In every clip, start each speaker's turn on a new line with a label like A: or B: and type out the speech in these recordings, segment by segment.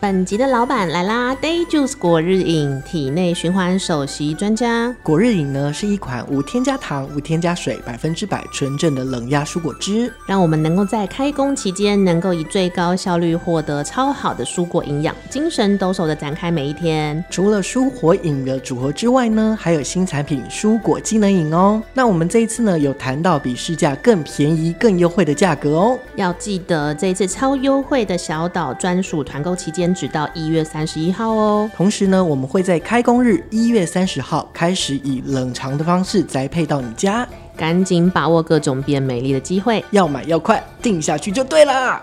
A: 本集的老板来啦，Day Juice 果日饮体内循环首席专家。
B: 果日饮呢是一款无添加糖、无添加水、百分之百纯正的冷压蔬果汁。
A: 让我们能够在开工期间，能够以最高效率获得超好的蔬果营养，精神抖擞的展开每一天。
B: 除了蔬果饮的组合之外呢，还有新产品蔬果机能饮哦。那我们这一次呢有谈到比市价更便宜、更优惠的价格哦。
A: 要记得这一次超优惠的小岛专属团购期间，直到一月三十一号哦。
B: 同时呢，我们会在开工日一月三十号开始以冷藏的方式宅配到你家，
A: 赶紧把握各种变美丽的机会。
B: 要买要快，定下去就对啦。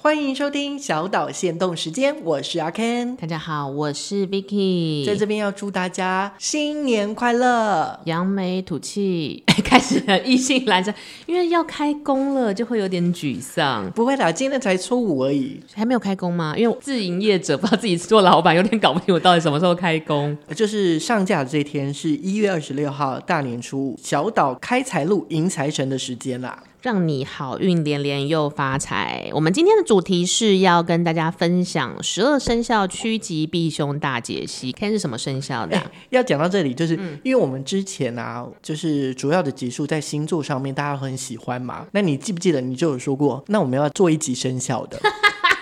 B: 欢迎收听小岛限动时间，我是阿 Ken，
A: 大家好，我是 Vicky，
B: 在这边要祝大家新年快乐。
A: 扬眉吐气， 开始了意兴阑珊，因为要开工了，就会有点沮丧。
B: 不会啦，今天才初五而已，
A: 还没有开工吗？因为自营业者不知道自己做老板，有点搞不清我到底什么时候开工。
B: 就是上架的这一天是一月二十六号，大年初五，小岛开财路迎财神的时间啦。
A: 让你好运连连又发财。我们今天的主题是要跟大家分享十二生肖趋吉避凶大解析。看是什么生肖 的啊、
B: 要讲到这里，就是、因为我们之前啊，就是主要的集数在星座上面，大家都很喜欢嘛。那你记不记得你就有说过，那我们要做一集生肖的？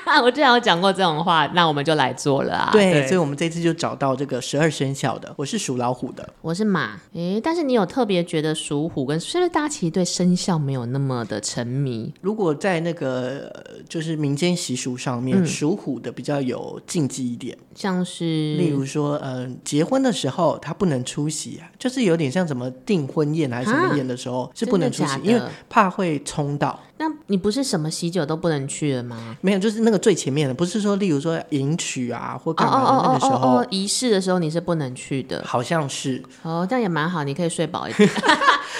A: 啊我之前有讲过这种话，那我们就来做了啊。
B: 对，所以我们这次就找到这个十二生肖的，我是属老虎的。
A: 我是马，诶，但是你有特别觉得属虎跟是不是大家其实对生肖没有那么的沉迷？
B: 如果在那个呃就是民间习俗上面，属虎的比较有禁忌一点，
A: 像是
B: 例如说，嗯、结婚的时候他不能出席啊，就是有点像什么订婚宴还是什么宴的时候是不能出席
A: 真，的假的
B: 因为怕会冲到。
A: 那你不是什么喜酒都不能去了吗？
B: 没有，就是那个最前面的，不是说例如说迎娶啊或
A: 哦
B: 干
A: 哦
B: 嘛的那
A: 哦
B: 个时
A: 哦
B: 候，
A: 哦哦，仪式的时候你是不能去 的。
B: 好像是，
A: 哦，这样也蛮好，你可以睡饱一 点。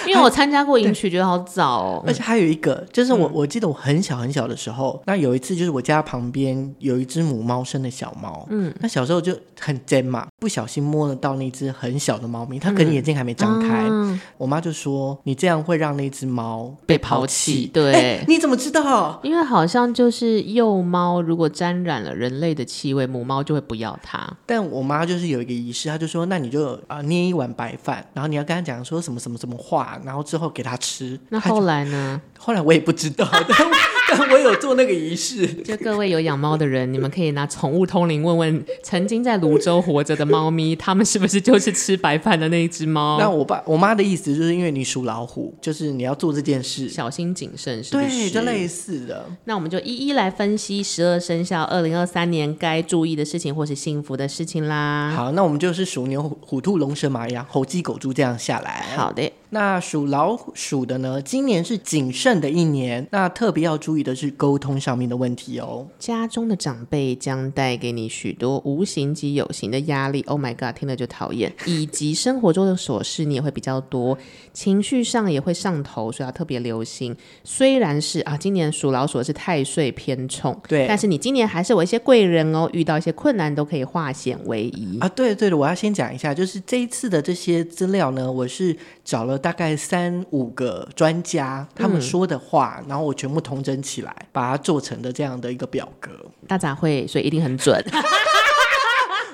A: 因为我参加过迎娶，觉得好早哦。
B: 而且还有一个，就是
A: 嗯
B: 我、我记得我很小很小的时候，那有一次就是我家旁边有一只母猫生的小猫，嗯，那小时候就很尖嘛，不小心摸得到那只很小的猫咪，它可能眼睛还没张开，
A: 嗯
B: 我妈就说你这样会让那只猫
A: 被
B: 抛
A: 抛弃，。 对。
B: 你怎么知道？
A: 因为好像就是幼猫，如果沾染了人类的气味，母猫就会不要它。
B: 但我妈就是有一个仪式，她就说：“那你就啊、捏一碗白饭，然后你要跟她讲说什么什么什么话，然后之后给她吃。”
A: 那后来 呢？
B: 后来我也不知道， 但我但我有做那个仪式。
A: 就各位有养猫的人，你们可以拿宠物通灵问问，曾经在泸州活着的猫咪，它们是不是就是吃白饭的那一只
B: 那
A: 猫？
B: 我爸我妈的意思就是因为你属老虎，就是你要做这件事，
A: 小心谨慎，是不
B: 对，
A: 是？
B: 就类似的。
A: 那我们就一一来分析十二生肖二零二三年该注意的事情或是幸福的事情啦。
B: 好，那我们就是鼠牛虎虎兔龙蛇马羊猴鸡狗猪这样下来。，
A: 好的，
B: 那属老鼠的呢，今年是谨慎的一年，那特别要注意的是沟通上面的问题哦。
A: 家中的长辈将带给你许多无形及有形的压力。Oh my god，听了就讨厌。以及生活中的琐事你也会比较多，情绪上也会上头，所以要特别留心。虽然是啊，今年属老鼠的是太岁偏冲，
B: 对
A: 但是你今年还是有一些贵人哦，遇到一些困难都可以化险为夷。
B: 啊，对对的，我要先讲一下，就是这一次的这些资料呢，我是找了大概三五个专家他们说的话，然后我全部统整起来，把它做成的这样的一个表格。
A: 大杂烩，所以一定很准。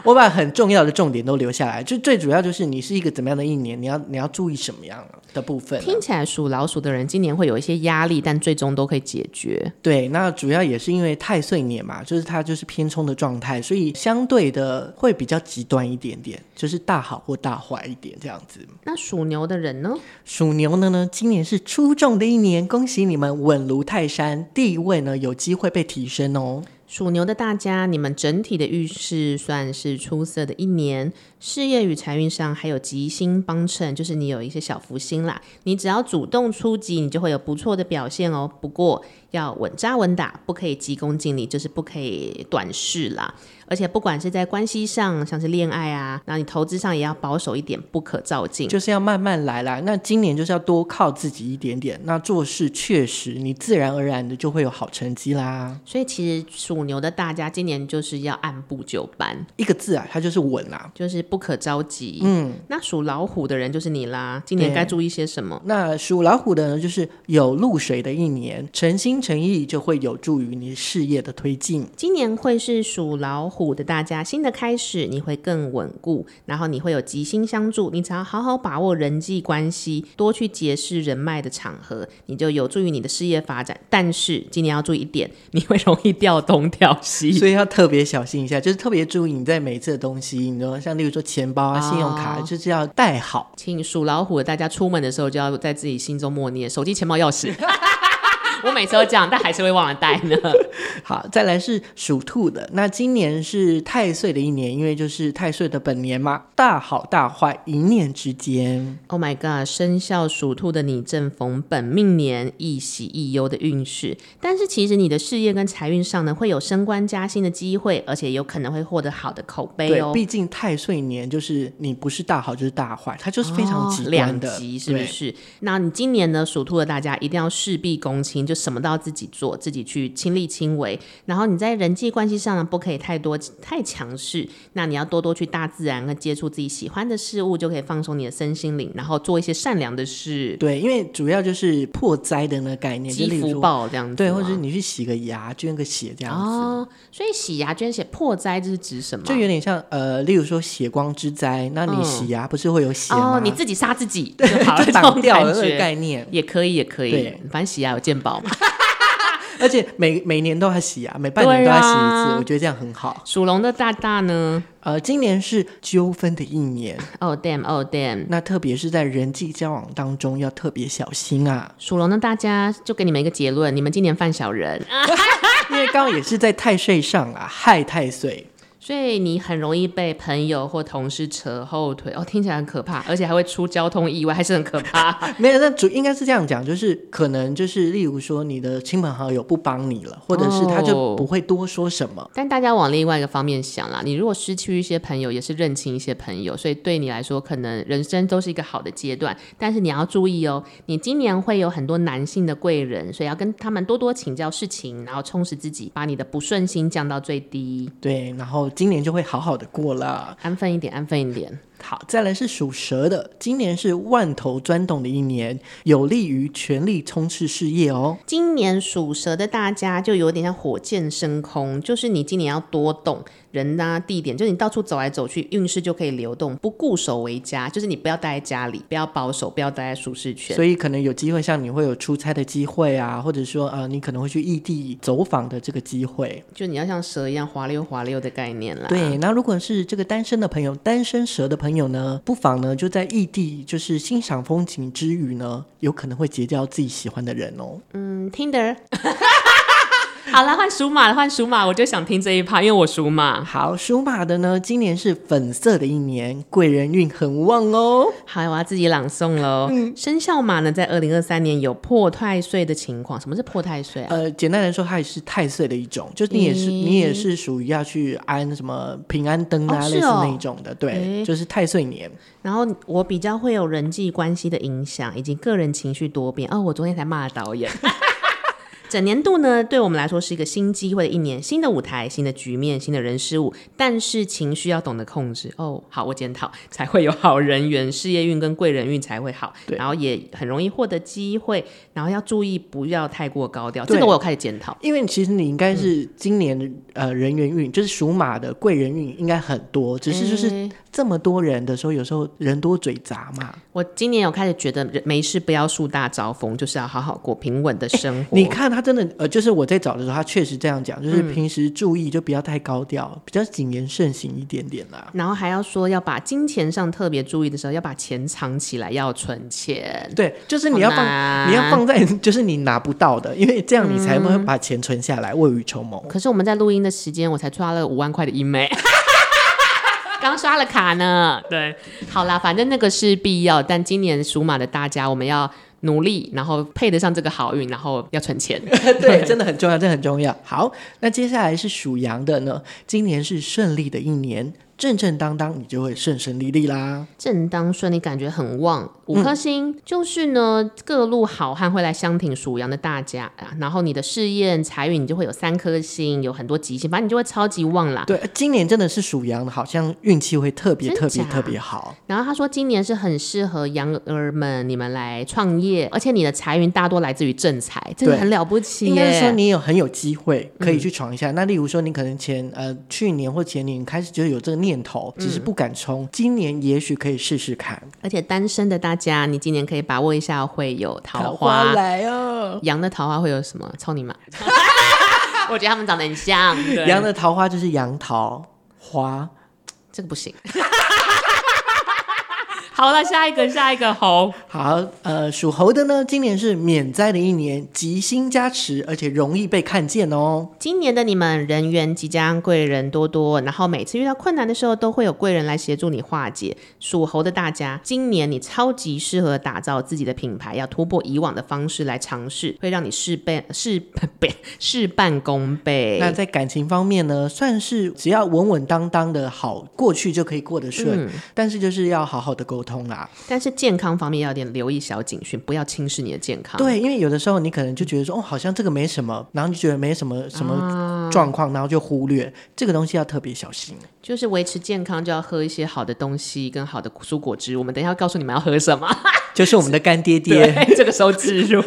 B: 我把很重要的重点都留下来，就最主要就是你是一个怎么样的一年，你要你要注意什么样的部分啊、
A: 听起来属老鼠的人今年会有一些压力，但最终都可以解决。
B: 对，那主要也是因为太岁年嘛，就是它就是偏冲的状态，所以相对的会比较极端一点点，就是大好或大坏一点这样子。
A: 那属牛的人呢？
B: 属牛的呢，今年是出众的一年，恭喜你们稳如泰山，地位呢有机会被提升哦。
A: 属牛的大家，你们整体的运势算是出色的一年，事业与财运上还有吉星帮衬，就是你有一些小福星啦。你只要主动出击，你就会有不错的表现哦。不过要稳扎稳打，不可以急功近利，就是不可以短视啦。而且不管是在关系上，像是恋爱啊，然后你投资上也要保守一点，不可照进。
B: 就是要慢慢来啦。那今年就是要多靠自己一点点，那做事确实你自然而然的就会有好成绩啦。
A: 所以其实属牛的大家今年就是要按部就班，
B: 一个字啊，它就是稳啦、
A: 就是不可着急。嗯，那属老虎的人就是你啦，今年
B: 对
A: 该注意些什么？
B: 那属老虎的呢，就是有露水的一年，诚心诚意就会有助于你事业的推进。
A: 今年会是属老虎的大家新的开始，你会更稳固，然后你会有吉星相助，你只要好好把握人际关系，多去结识人脉的场合，你就有助于你的事业发展。但是今年要注意一点，你会容易掉东掉西。
B: 所以要特别小心一下，就是特别注意你在每一次的东西，你知道，像例如说钱包啊、
A: 哦
B: 信用卡，就是要带好。
A: 请属老虎的大家出门的时候就要在自己心中默念：手机、钱包、钥 匙。我每次都这样，但还是会忘了带呢。
B: 好，再来是属兔的，那今年是太岁的一年，因为就是太岁的本年嘛，大好大坏一念之间。
A: Oh my god！生肖属兔的你正逢本命年一喜一忧的运势，但是其实你的事业跟财运上呢，会有升官加薪的机会，而且有可能会获得好的口碑
B: 对，
A: 哦。
B: 毕竟太岁年就是你不是大好就是大坏，它就是非常
A: 哦
B: 极端
A: 两
B: 的，
A: 极，是不
B: 对
A: 是？那你今年呢，属兔的大家一定要事必躬亲，就什么都要自己做，自己去亲力亲为。然后你在人际关系上呢，不可以太多太强势，那你要多多去大自然跟接触自己喜欢的事物，就可以放松你的身心灵，然后做一些善良的事。
B: 对，因为主要就是破灾的那个概念，就
A: 积
B: 例如
A: 福
B: 说
A: 报这样子吗，
B: 对，或者是你去洗个牙，捐个血这样子，
A: 啊哦，所以洗牙捐血破灾这是指什么？
B: 就有点像呃，例如说血光之灾，那你
A: 嗯
B: 洗牙不是会有血吗？
A: 哦，你自己杀自己就好了，
B: 就
A: 这
B: 挡
A: 种
B: 掉了
A: 感
B: 那个
A: 觉。
B: 概念，
A: 也可以，也可以
B: 对，
A: 反正洗牙有健保嘛。
B: 而且每每年都要洗牙，每半年都
A: 对
B: 要
A: 啊
B: 洗一次，我觉得这样很好。
A: 属龙的大大呢？
B: 呃，今年是纠纷的一年，
A: 哦、damn，哦、damn。，
B: 那特别是在人际交往当中要特别小心啊
A: 属龙的大家就给你们一个结论：你们今年犯小人，
B: 因为刚好也是在太岁上啊， 害太岁。
A: 所以你很容易被朋友或同事扯后腿。哦，听起来很可怕，而且还会出交通意外，还是很可怕。
B: 没有，那主应该是这样讲，就是可能就是例如说你的亲朋好友不帮你了，或者是他就
A: 哦
B: 不会多说什么。
A: 但大家往另外一个方面想啦，你如果失去一些朋友，也是认清一些朋友，所以对你来说，可能人生都是一个好的阶段。但是你要注意哦，你今年会有很多男性的贵人，所以要跟他们多多请教事情，然后充实自己，把你的不顺心降到最低，
B: 对，然后今年就会好好的过了。
A: 安分一点，安分一点。
B: 好，再来是属蛇的，今年是万头钻洞的一年，有利于全力冲刺事业哦。
A: 今年属蛇的大家就有点像火箭升空，就是你今年要多动人呐、地点，就是你到处走来走去，运势就可以流动，不固守为家，就是你不要待在家里，不要保守，不要待在舒适圈。
B: 所以可能有机会，像你会有出差的机会啊，或者说呃，你可能会去异地走访的这个机会。
A: 就你要像蛇一样滑溜滑溜的概念啦。，
B: 对，那如果是这个单身的朋友，单身蛇的朋友呢，不妨呢就在异地，就是欣赏风景之余呢，有可能会结交自己喜欢的人哦。
A: 嗯，Tinder。好了，换属马了，换属马，我就想听这一趴，因为我属马。
B: 好，属马的呢，今年是粉色的一年，贵人运很旺哦。
A: 好，啊我要自己朗诵喽。生肖马呢，在二零二三年有破太岁的情况。什么是破太岁啊？
B: 呃，简单来说，它也是太岁的一种，就是你也是、
A: 咦
B: 你也是属于要去安什么平安灯啊，
A: 哦是
B: 类似
A: 哦
B: 那一种的，对，
A: 诶
B: 就是太岁年。
A: 然后我比较会有人际关系的影响，以及个人情绪多变。哦，我昨天才骂导演。 整年度呢，对我们来说是一个新机会的一年，新的舞台、新的局面、新的人事物，但是情绪要懂得控制哦。好，我检讨，才会有好人缘、事业运跟贵人运才会好，
B: 对
A: 然后也很容易获得机会，然后要注意不要太过高调。
B: 对
A: 这个我有开始检讨。
B: 因为其实你应该
A: 嗯
B: 是今年、呃人缘运，就是属马的贵人运应该很多，只是就是
A: 诶
B: 这么多人的时候，有时候人多嘴杂嘛。
A: 我今年有开始觉得人没事不要树大招风，就是要好好过平稳的生活。
B: 你看他真的呃，就是我在找的时候，他确实这样讲，就是
A: 嗯
B: 平时注意就不要太高调，比较谨言慎行一点点啦。
A: 然后还要说要把金钱上特别注意的时候，要把钱藏起来，要存钱。
B: 对，就是你要
A: 嗯好
B: 放，
A: 难啊
B: 你要放在就是你拿不到的，因为这样你才会
A: 嗯
B: 把钱存下来，未雨绸缪。
A: 可是我们在录音的时间，我才刷了五万块的医 美，刚刷了卡呢。对，好啦，反正那个是必要，但今年属马的大家，我们要。努力，然后配得上这个好运，然后要存钱。
B: 对，真的很重要，这很重要。好，那接下来是属羊的呢，今年是顺利的一年，正正当当，你就会顺顺利利啦。
A: 正当顺利，感觉很旺，五颗星。就是呢，各路好汉会来相挺属羊的大家啊，然后你的事业财运你就会有三颗星，有很多吉星，反正你就会超级旺啦。
B: 对，今年真的是属羊的，好像运气会特别
A: 真
B: 特
A: 假
B: 别特别好。
A: 然后他说，今年是很适合羊儿们你们来创业，而且你的财运大多来自于正财，真的
B: 对
A: 很了不起
B: 应该是说
A: 耶。嗯
B: 你有很有机会可以去闯一下。那例如说，你可能前呃去年或前年开始就有这个念
A: 嗯
B: 头，只是不敢冲，今年也许可以试试看。
A: 而且单身的大家，你今年可以把握一下，会有桃花。
B: 来哦！
A: 羊的桃花会有什么？操你妈！ 我觉得他们长得很像。对
B: 羊的桃花就是杨桃花，
A: 这个不行。 好了，下一个，下一个猴。
B: 好，呃，属猴的呢，今年是免灾的一年，吉星加持，而且容易被看见哦。
A: 今年的你们人缘即将贵人多多，然后每次遇到困难的时候都会有贵人来协助你化解。属猴的大家，今年你超级适合打造自己的品牌，要突破以往的方式来尝试，会让你事倍事倍 事半功倍。
B: 那在感情方面呢，算是只要稳稳当当的好过去就可以过得顺，但是就是要好好的沟通啦。
A: 但是健康方面要有点留意小警讯，不要轻视你的健康。
B: 对，因为有的时候你可能就觉得说，哦，好像这个没什么，然后你就觉得没什么什么状况，然后就忽略这个东西要特别小心。
A: 就是维持健康，就要喝一些好的东西跟好的蔬果汁。我们等一下要告诉你们要喝什么，
B: 就是我们的干 爹爹。
A: 对，这个时候置 入。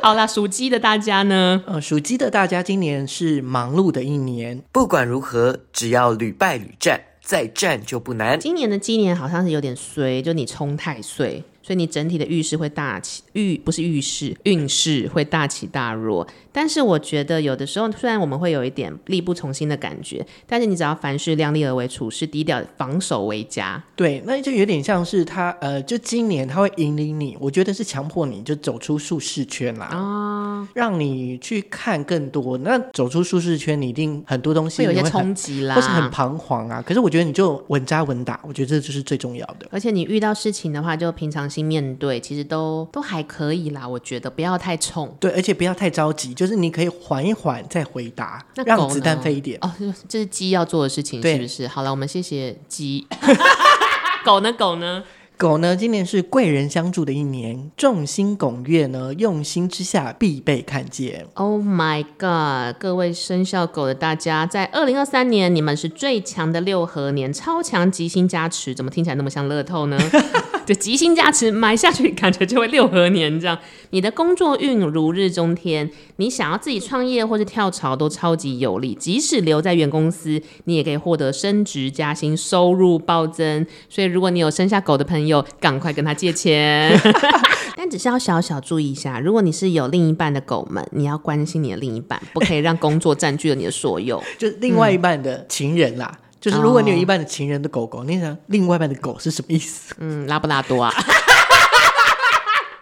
A: 好啦，属鸡的大家呢，
B: 呃，属鸡的大家今年是忙碌的一年，
C: 不管如何，只要屡败屡战，再战就不难。
A: 今年的鸡年好像是有点衰，就你冲太岁，所以你整体的运势会大起运不是运势，运势会大起大落。但是我觉得有的时候，虽然我们会有一点力不从心的感觉，但是你只要凡事量力而为，处事低调，防守为佳。
B: 对，那就有点像是他呃，就今年他会引领你，我觉得是强迫你就走出舒适圈啦，
A: 哦
B: 让你去看更多。那走出舒适圈，你一定很多东西
A: 会有一
B: 你
A: 些
B: 很
A: 冲击啦，
B: 或是很彷徨啊。可是我觉得你就稳扎稳打，我觉得这就是最重要的。
A: 而且你遇到事情的话，就平常心面对，其实都都还可以啦。我觉得不要太冲。
B: 对，而且不要太着急，就是你可以缓一缓再回答
A: 那，狗
B: 让
A: 呢
B: 子弹飞一点。
A: 哦，这是鸡要做的事情，
B: 对
A: 是不是？好了，我们谢谢鸡。 狗呢？狗呢？
B: 狗呢，今年是贵人相助的一年，众星拱月呢，用心之下必被看见。
A: Oh my god！各位生肖狗的大家，在二零二三年，你们是最强的六合年，超强吉星加持，怎么听起来那么像乐透呢？就吉星加持买下去，感觉就会六合年这样。你的工作运如日中天，你想要自己创业或是跳槽都超级有利。即使留在原公司，你也可以获得升职加薪，收入暴增。所以，如果你有生下狗的朋友，赶快跟他借钱。但只是要小小注意一下，如果你是有另一半的狗们，你要关心你的另一半，不可以让工作占据了你的所有。
B: 就是另外一半的情人啦。
A: 嗯
B: 就是如果你有一半的情人的狗狗，你想另外一半的狗是什么意思？
A: 嗯，拉布拉多啊，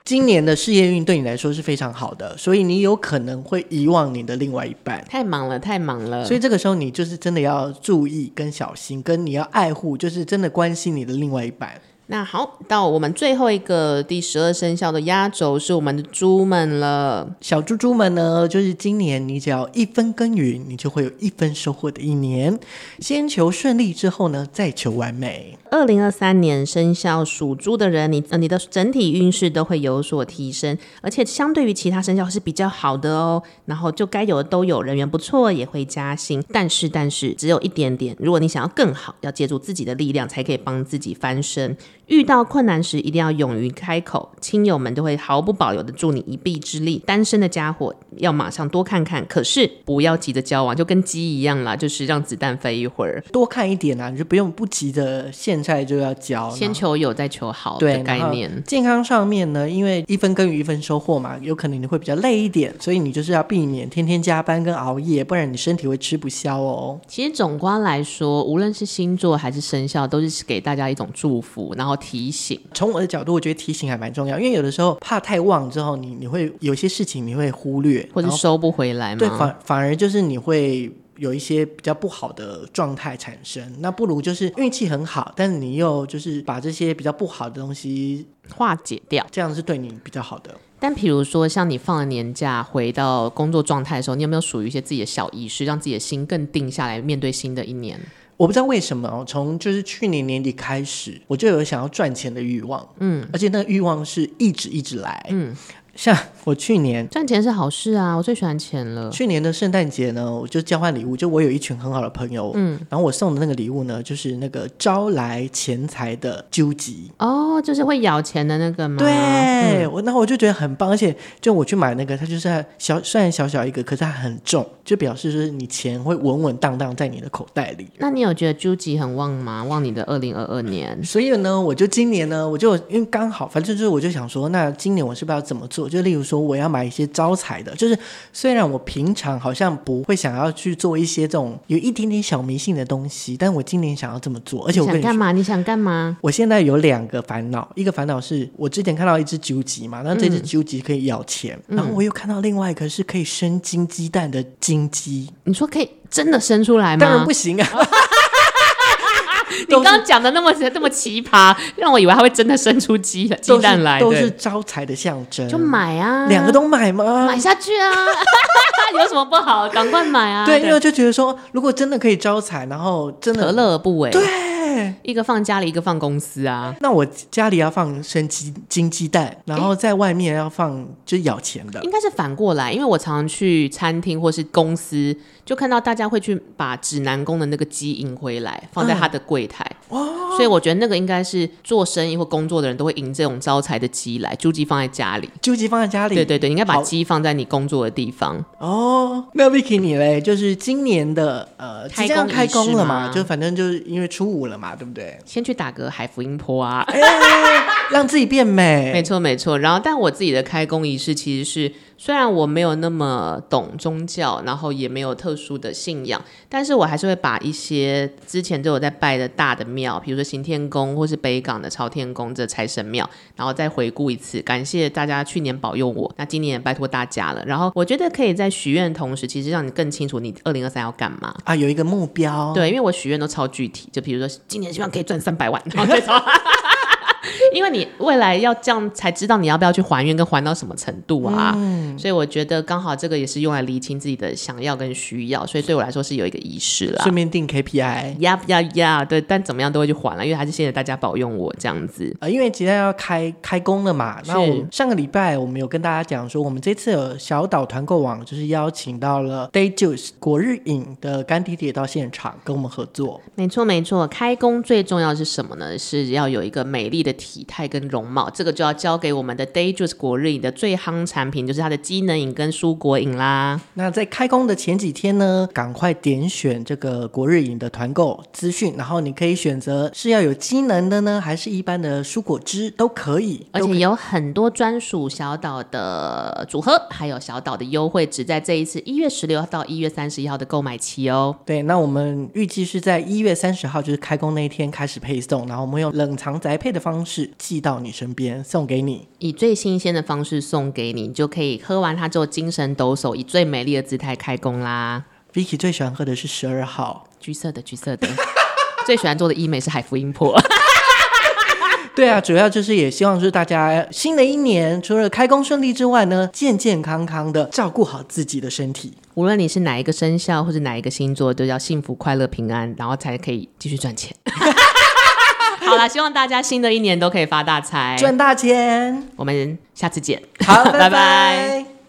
B: 今年的事业运对你来说是非常好的，所以你有可能会遗忘你的另外一半。
A: 太忙了，太忙了。
B: 所以这个时候，你就是真的要注意跟小心，跟你要爱护，就是真的关心你的另外一半。
A: 那好，到我们最后一个第十二生肖的压轴是我们的猪们了。
B: 小猪猪们呢，就是今年你只要一分耕耘，你就会有一分收获的一年。先求顺利之后呢，再求完美。
A: 二零二三年生肖属猪的人，你呃你的整体运势都会有所提升，而且相对于其他生肖是比较好的哦。然后就该有的都有，人缘不错，也会加薪。但是但是只有一点点，如果你想要更好，要借助自己的力量才可以帮自己翻身。遇到困难时，一定要勇于开口，亲友们都会毫不保留的助你一臂之力。单身的家伙要马上多看看，可是不要急着交往，就跟鸡一样啦，就是让子弹飞一会儿。
B: 多看一点啊，你就不用不急着现在就要交，然
A: 先
B: 后
A: 求有，再求好
B: 对
A: 的概
B: 然后
A: 念。
B: 健康上面呢，因为一分耕耘一分收获嘛，有可能你会比较累一点，所以你就是要避免天天加班跟熬夜，不然你身体会吃不消哦。
A: 其实总观来说，无论是星座还是生肖，都是给大家一种祝福，然后提醒。
B: 从我的角度，我觉得提醒还蛮重要，因为有的时候怕太旺之后，你你会有些事情你会忽略，
A: 或者
B: 然后
A: 收不回来
B: 哦对
A: 吗？
B: 反反而就是你会有一些比较不好的状态产生。那不如就是运气很好，但是你又就是把这些比较不好的东西，
A: 化解掉。
B: 这样是对你比较好的。
A: 但比如说，像你放了年假回到工作状态的时候，你有没有属于一些自己的小仪式，让自己的心更定下来，面对新的一年？
B: 我不知道为什么哦，从就是去年年底开始，我就有想要赚钱的欲望，嗯，而且那个欲望是一直一直来，嗯， 像我去年
A: 赚钱是好事啊，我最喜欢钱了。
B: 去年的圣诞节呢，我就交换礼物，就我有一群很好的朋友，嗯，然后我送的那个礼物呢，就是那个招来钱财的究极。
A: 哦，就是会咬钱的那个吗？嗯
B: 对，我那我就觉得很棒，而且就我去买那个，它就是小，虽然小小一个，可是它很重，就表示就是你钱会稳稳当当在你的口袋里。
A: 那你有觉得 Juji 很旺吗？旺你的二零二二年？
B: 所以呢，我就今年呢，我就因为刚好，反正就是我就想说，那今年我是不是要怎么做？就例如说，我要买一些招财的，就是虽然我平常好像不会想要去做一些这种有一点点小迷信的东西，但我今年想要这么做，而且我跟
A: 想
B: 你说
A: 干。嘛？你想干嘛？
B: 我现在有两个烦恼，一个烦恼是我之前看到一只鸠集嘛，那这
A: 嗯
B: 只鸠集可以咬钱，然后我又看到另外一个是可以生金鸡蛋的金鸡，
A: 你说可以真的生出来吗？
B: 当然不行
A: 哦
B: 啊，
A: 你刚刚讲的那么那么奇葩，让我以为它会真的生出鸡鸡蛋来，
B: 都
A: 对
B: 是都是招财的象征，
A: 就买啊，
B: 两个都买吗？
A: 买下去啊， 有什么不好？赶快买啊！
B: 对，因为我就觉得说，如果真的可以招财，然后真
A: 何
B: 的
A: 乐而不为？
B: 对，
A: 一个放家里，一个放公司啊。
B: 那我家里要放生鸡金鸡蛋，然后在外面要放就是咬钱的
A: 应，该是反过来，因为我常常去餐厅或是公司，就看到大家会去把指南宫的那个鸡引回来，放在
B: 嗯
A: 他的柜台。
B: 哦
A: 所以我觉得那个应该是做生意或工作的人都会迎这种招财的鸡来，猪鸡放在家里。
B: 究极放在家里。
A: 对对对，你应该把
B: 哎好
A: 鸡放在你工作的地方。
B: 哦，那 Vicky 你嘞，就是今年的呃，
A: 开
B: 即将要
A: 工仪
B: 开工
A: 式
B: 了
A: 吗
B: 嘛，就反正就是因为初五了嘛，对 不对？
A: 先去打个海福音坡啊，
B: 哎，让自己变美，
A: 没错没错。然后，但我自己的开工仪式其实是，虽然我没有那么懂宗教，然后也没有特殊的信仰，但是我还是会把一些之前都有在拜的大的庙，比如说行天宫或是北港的朝天宫这财神庙，然后再回顾一次，感谢大家去年保佑我，那今年也拜托大家了。然后我觉得可以在许愿的同时，其实让你更清楚你二零二三要干嘛。
B: 啊，有一个目标，
A: 对，因为我许愿都超具体，就比如说今年希望可以赚三百万，然后再 超。因为你未来要这样才知道你要不要去还愿跟还到什么程度啊，
B: 嗯
A: 所以我觉得刚好这个也是用来厘清自己的想要跟需要，所以对我来说是有一个仪式啦
B: 顺。便定 KPI。
A: 呀呀呀！对，但怎么样都会去还了，因为还是谢谢大家保佑我这样子。
B: 呃，因为即将要开开工了嘛，那我
A: 是
B: 们上个礼拜我们有跟大家讲说，我们这次有小岛团购网就是邀请到了 Day Juice 果日饮的干爹爹到现场跟我们合作，
A: 没错，没错。开工最重要是什么呢？是要有一个美丽的体态跟容貌，这个就要交给我们的 Day Juice 果日饮的最夯产品，就是它的机能饮跟蔬果饮啦。
B: 那在开工的前几天呢，赶快点选这个国日饮的团购资讯，然后你可以选择是要有机能的呢，还是一般的蔬果汁都可以。
A: 而
B: 都可
A: 且
B: 以
A: 有很多专属小岛的组合，还有小岛的优惠，只在这一次一月十六到一月三十一号的购买期哦。
B: 对，那我们预计是在一月三十号，就是开工那一天开始配送，然后我们用冷藏宅配的方式寄到你身边，送给你。
A: 以最新鲜的方式送给你，你就可以喝完它之后精神抖擞，以最美丽的姿态开工啦。
B: Vicky 最喜欢喝的是十二号，
A: 橘色的，橘色 的，最喜欢做的医美是海福音坡。
B: 对啊，主要就是也希望就是大家新的一年除了开工顺利之外呢，健健康康的照顾好自己的身体。
A: 无论你是哪一个生肖或者哪一个星座，都要幸福、快乐、平安，然后才可以继续赚 钱。好啦，希望大家新的一年都可以发大财。
B: 赚大钱！
A: 我们下次见，
B: 好，
A: 哎拜
B: 拜拜